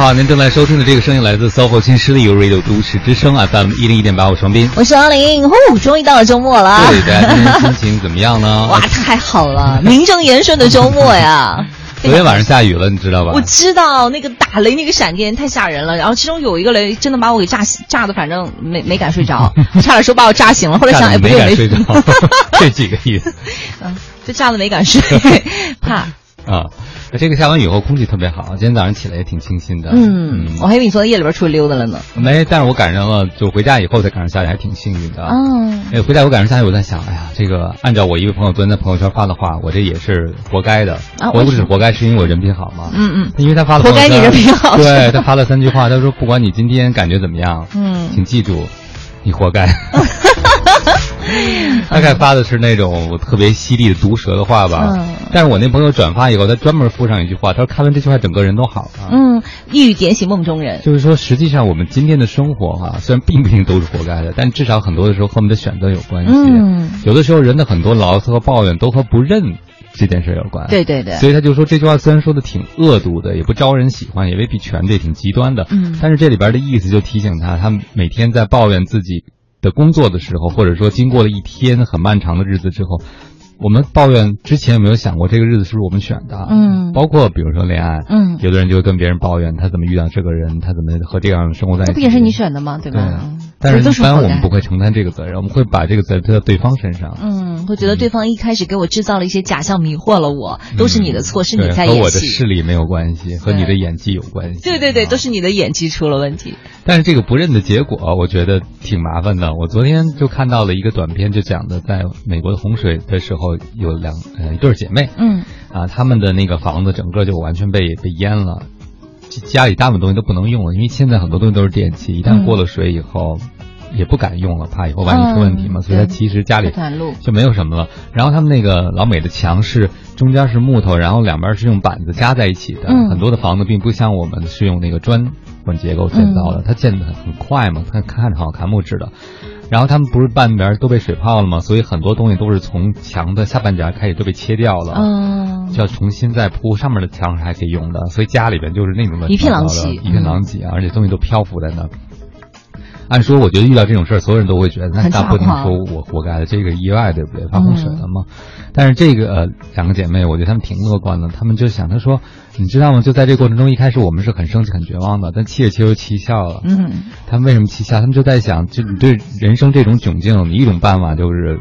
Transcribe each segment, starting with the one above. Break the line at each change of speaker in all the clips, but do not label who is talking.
好，您正在收听的这个声音来自 SOHO 新势力 Radio 都市之声 FM 一零一点八，我是王斌。
我是王林，呼，终于到了周末了啊。
对 的，嗯今天心情怎么样呢？
哇，太好了，名正言顺的周末呀！
昨天晚上下雨了，你知道吧
我？知道那个打雷、那个闪电太吓人了，然后其中有一个雷真的把我给炸醒炸的，反正没没敢睡 着，差点说把我炸醒了。后来
吓
想，哎，
得
不
没
对，
敢
没
睡着， 这几个意思
嗯， 就炸的没敢睡，怕。
啊。这个下完雨后空气特别好，今天早上起来也挺清新的。
嗯，我还以为你昨天夜里边出去溜达了呢。
没，但是我赶上了，就回家以后才赶上下雨，还挺幸运的。
嗯，
哎，回家我赶上下雨，我在想，哎呀，这个按照我一位朋友昨天在朋友圈发的话，我这也是活该的。
啊
我
为
不
什
是活该，是因为我人品好嘛。
嗯嗯，
因为他发了
活该
朋友圈
你人品 好
对他发了三句话，他说不管你今天感觉怎么样，
嗯
请记住，你活 该。大概发的是那种特别犀利的毒舌的话吧，
嗯
但是我那朋友转发以后，他专门附上一句话，他说看完这句话整个人都好了，
嗯，一语点醒梦中人。
就是说实际上我们今天的生活哈、虽然并不一定都是活该的，但至少很多的时候和我们的选择有关系。
嗯
有的时候人的很多牢骚和抱怨都和不认这件事有关。
对对对，
所以他就说这句话虽然说的挺恶毒的，也不招人喜欢，也未必全对，挺极端的。
嗯
但是这里边的意思就提醒他，他每天在抱怨自己的工作的时候，或者说经过了一天很漫长的日子之后，我们抱怨之前有没有想过这个日子是不是我们选的啊？
嗯
包括比如说恋爱，
嗯，
有的人就会跟别人抱怨他怎么遇到这个人，他怎么和这样的生活在一起。
这不也是你选的吗？对
对
吧？
啊
嗯，
但是
都
一般
活
我们
该
不会承担这个责任，我们会把这个责任推到对方身上。
嗯，会觉得对方一开始给我制造了一些假象，迷惑了我，都是你的错，是你
嗯对
在
和我
演
的
戏。
视力没有关系，和你的演技有关系。
对对对，
啊
都是你的演技出了问题。
但是这个不认的结果，我觉得挺麻烦的。我昨天就看到了一个短片，就讲的在美国的洪水的时候，有两呃一对儿姐妹
嗯
啊，她们的那个房子整个就完全被被淹了，家家里大部分东西都不能用了，因为现在很多东西都是电器，一旦
嗯
过了水以后，也不敢用了，怕以后万一出问题嘛。
嗯
所以她
对
其实家里
不短路
就没有什么了。然后他们那个老美的墙是中间是木头，然后两边是用板子夹在一起的。
嗯
很多的房子并不像我们是用那个砖混结构建造
嗯
的，它建得很很快嘛，它看着很好看木质的。然后他们不是半边都被水泡了吗？所以很多东西都是从墙的下半截开始都被切掉了。
嗯，
就要重新再铺，上面的墙是还可以用的，所以家里边就是那种乱
一
七
片
八
狼
糟的，
藉嗯
一片狼藉啊，而且东西都漂浮在那儿。按说，我觉得遇到这种事儿，所有人都会觉得，那
很
大不
抓
能
狂
说我活该的，这个意外，对不对？发洪水了嘛。
嗯
但是这个、呃、两个姐妹，我觉得她们挺乐观的，她们就想，她说，你知道吗？就在这过程中，一开始我们是很生气、很绝望的，但气着气着就气笑了。
嗯，
他们为什么气笑？他们就在想，就你对人生这种窘境，你一种办法就是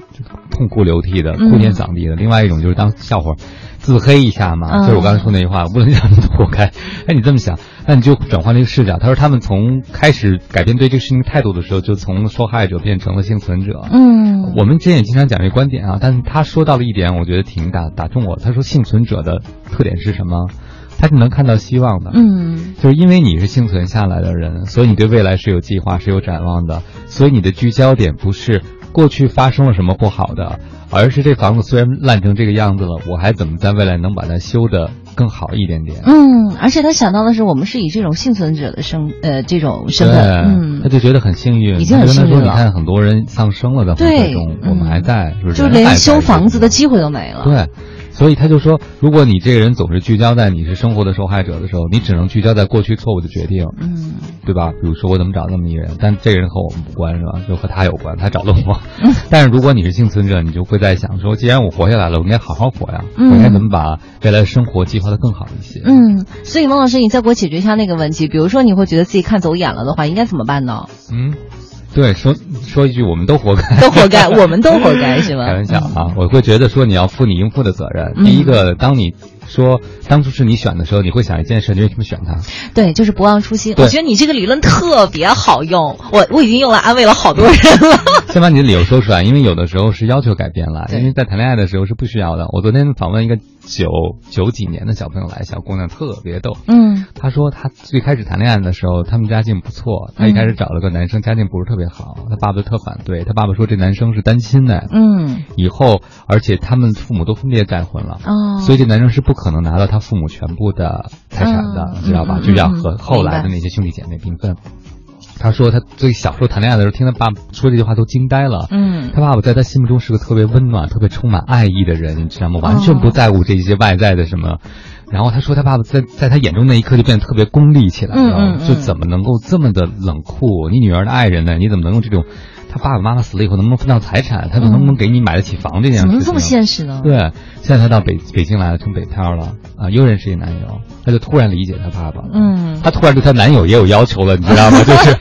痛哭流涕的、
嗯
哭天抢地的；另外一种就是当笑话，自黑一下嘛。
嗯
就是我刚才说那句话，无论让你都活该。哎，你这么想，那你就转换了一个视角。他说，他们从开始改变对这个事情态度的时候，就从受害者变成了幸存者。
嗯，
我们之前也经常讲这观点啊，但是他说到了一点，我觉得挺打打中我。他说，幸存者的特点是什么？他是能看到希望的。
嗯
就是因为你是幸存下来的人，所以你对未来是有计划、是有展望的，所以你的聚焦点不是过去发生了什么不好的，而是这房子虽然烂成这个样子了，我还怎么在未来能把它修得更好一点点？
嗯，而且他想到的是，我们是以这种幸存者的身呃这种身
对
份，，
他
嗯，
就觉得很幸运。
已经很
他就跟他
幸运
说：“
了
你看，很多人丧生了，在洪水
对
中，
嗯
我们还在，是不
就是
人还
连
在
修房子的
这
机会都没了。
个对。”所以他就说，如果你这个人总是聚焦在你是生活的受害者的时候，你只能聚焦在过去错误的决定，
嗯，
对吧？比如说我怎么找那么一个人，但这个人和我们无关是吧？就和他有关，他找了我。
嗯
但是如果你是幸存者，你就会在想说，既然我活下来了，我应该好好活呀，
嗯
我应该怎么把未来的生活计划的更好一些？
嗯，所以孟老师，你再给我解决一下那个问题。比如说，你会觉得自己看走眼了的话，应该怎么办呢？
嗯，对，说说一句，我们都活 该。
都活该，我们都活该，是吗？
开玩笑啊，我会觉得说你要负你应负的责任。
嗯
第一个，当你说当初是你选的时候，你会想一件事，你为什么选他？
对，就是不忘初心。
对
我觉得你这个理论特别好用，我我已经用来安慰了好多人了。
先把你的理由说出来，因为有的时候是要求改变了，
对
因为在谈恋爱的时候是不需要的。我昨天访问一个九九几年的小朋友来，小姑娘特别逗。
嗯
她说她最开始谈恋爱的时候，他们家境不错，她一开始找了个男生，家境不是特别好，她爸爸特反对，她爸爸说这男生是单亲的，
嗯
以后而且他们父母都分别再婚了。
哦，
所以这男生是不可能拿到他父母全部的财产的，
嗯
知道吧？
嗯
就要
嗯
和
嗯
后来的那些兄弟姐妹平分。他说他最小时候谈恋爱的时候，听他爸说这句话都惊呆了。
嗯
他爸爸在他心目中是个特别温暖、特别充满爱意的人，你知道吗？
哦
完全不在乎这些外在的什么然后他说他爸爸在在他眼中那一刻就变得特别功利起来了，哦
嗯嗯嗯
就怎么能够这么的冷酷？你女儿的爱人呢？你怎么能用这种他爸爸妈妈死了以后能不能分到财产？他们能不能给你买得起房这件事情？
嗯怎
啊
么能这么现实呢？
对，现在他到北北京来了，成北漂了啊，又认识一男友，他就突然理解他爸爸了。
嗯，
她突然对她男友也有要求了，你知道吗？ 就是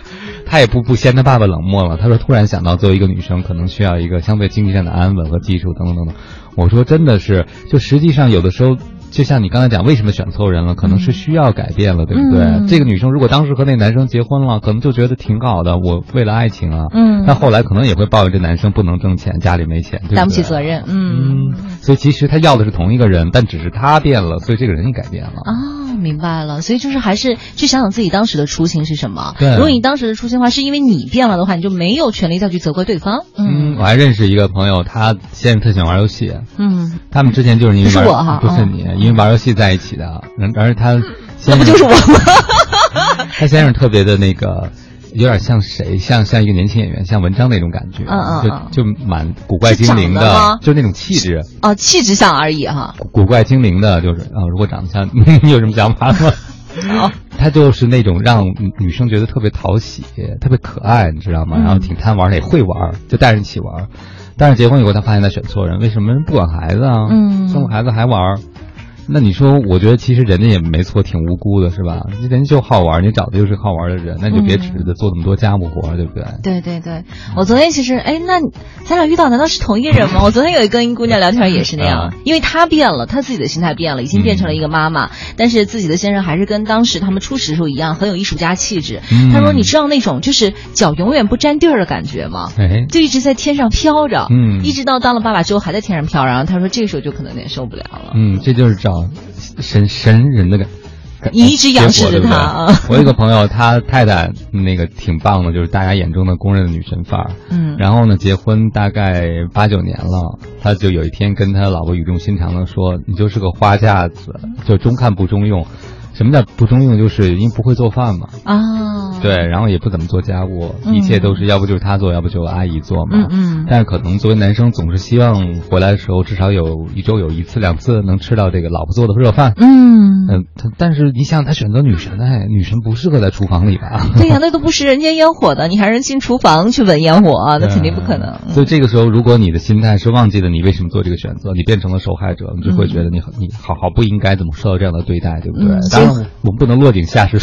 她也不不嫌她爸爸冷漠了。她说突然想到，作为一个女生，可能需要一个相对经济上的安稳和技术等等等等。我说真的是，就实际上有的时候。就像你刚才讲，为什么选错人了？可能是需要改变了，对不对？
嗯
这个女生如果当时和那男生结婚了，可能就觉得挺好的，我为了爱情啊。
嗯
但后来可能也会抱怨这男生不能挣钱，家里没钱，对对
担不起责任，嗯。
嗯，所以其实她要的是同一个人，但只是她变了，所以这个人也改变了。
哦，明白了，所以就是还是去想想自己当时的初心是什么。
对
如果你当时的初心的话，是因为你变了的话，你就没有权利再去责怪对方。
嗯，我还认识一个朋友，他先生特喜欢玩游戏，
嗯，
他们之前就是因为玩
不是我哈
不是
嗯
你，因为玩游戏在一起的。然而他
那
先
哦
生
不就是我吗？
他先生特别的那个，有点像谁，像像一个年轻演员，像文章那种感觉，
嗯嗯嗯
就就蛮古怪精灵
是长得吗
就是那种气质，
哦，气质上而已哈。
古古怪精灵的，就是啊、如果长得像， 你有什么想法吗？
哦，
他就是那种让女女生觉得特别讨喜、特别可爱，你知道吗？
嗯
然后挺贪玩的，也会玩，就带人一起玩。但是结婚以后，他发现他选错人，为什么人不管孩子啊？
嗯
生过孩子还玩。那你说，我觉得其实人家也没错，挺无辜的，是吧？人家就好玩，你找的就是好玩的人，那你就
嗯
别指着做那么多家务活，对不对？
对对对，我昨天其实，哎，那咱俩遇到难道是同一个 人吗？我昨天有一跟一姑娘聊天也是那样
啊，
因为她变了，她自己的心态变了，已经变成了一个妈
嗯
妈，但是自己的先生还是跟当时他们初识的时候一样，很有艺术家气质。
嗯
她说：“你知道那种就是脚永远不沾地儿的感觉吗？”
哎，
就一直在天上飘着，
嗯
一直到当了爸爸之后还在天上飘，然后他说这个时候就可能有点受不了了，
嗯，这就是找神神人的感。感
你一直仰视
结果对
着
不对
他啊
我有个朋友，他太太那个挺棒的，就是大家眼中的公认的女神范儿。
嗯，
然后呢，结婚大概八九年了，他就有一天跟他老婆语重心长的说：“你就是个花架子，就中看不中用。什么叫不中用？就是因为不会做饭嘛，
啊，
对，，然后也不怎么做家务，
嗯
一切都是要不就是他做，要不就阿姨做嘛。
嗯嗯
但是可能作为男生，总是希望回来的时候至少有一周有一次两次能吃到这个老婆做的热饭。
嗯，
嗯，他但是你想，他选择女神，哎，女神不适合在厨房 里吧？
对呀、那都不食人间烟火的，你还人进厨房去闻烟火，啊那肯定不可能。
嗯
嗯
所以这个时候，如果你的心态是忘记了你为什么做这个选择，你变成了受害者，你就会觉得你好你好好不应该怎么受到这样的对待，对不对？
嗯
当然
所，
我们不能落井下石，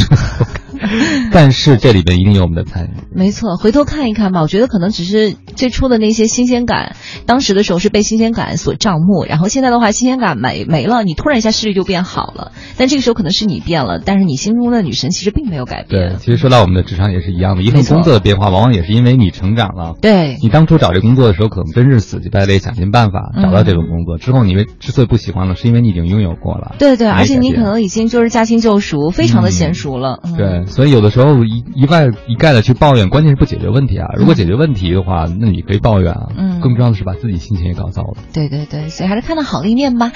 但是这里边一定有我们的参与。
没错，回头看一看吧，我觉得可能只是最初的那些新鲜感，当时的时候是被新鲜感所障目，然后现在的话，新鲜感没没了，你突然一下视力就变好了，但这个时候可能是你变了，但是你心中的女神其实并没有改
对
变，。
其实说到我们的职场也是一样的，一份
没错
工作的变化，往往也是因为你成长了。
对，
你当初找这工作的时候，可能真是死乞白赖想尽办法找到这份工作。之后你为之所以不喜欢了，是因为你已经拥有过了。
对对，
哪
而
一
且
改
你可
变
能已经就是驾轻就熟，非常的娴熟了。嗯，
对，所以有的时候一一概一概的去抱怨，关键是不解决问题啊。如果解决问题的话，那你可以抱怨啊。
嗯
更重要的是把自己心情也搞糟了。
对对对，所以还是看到好的一面吧。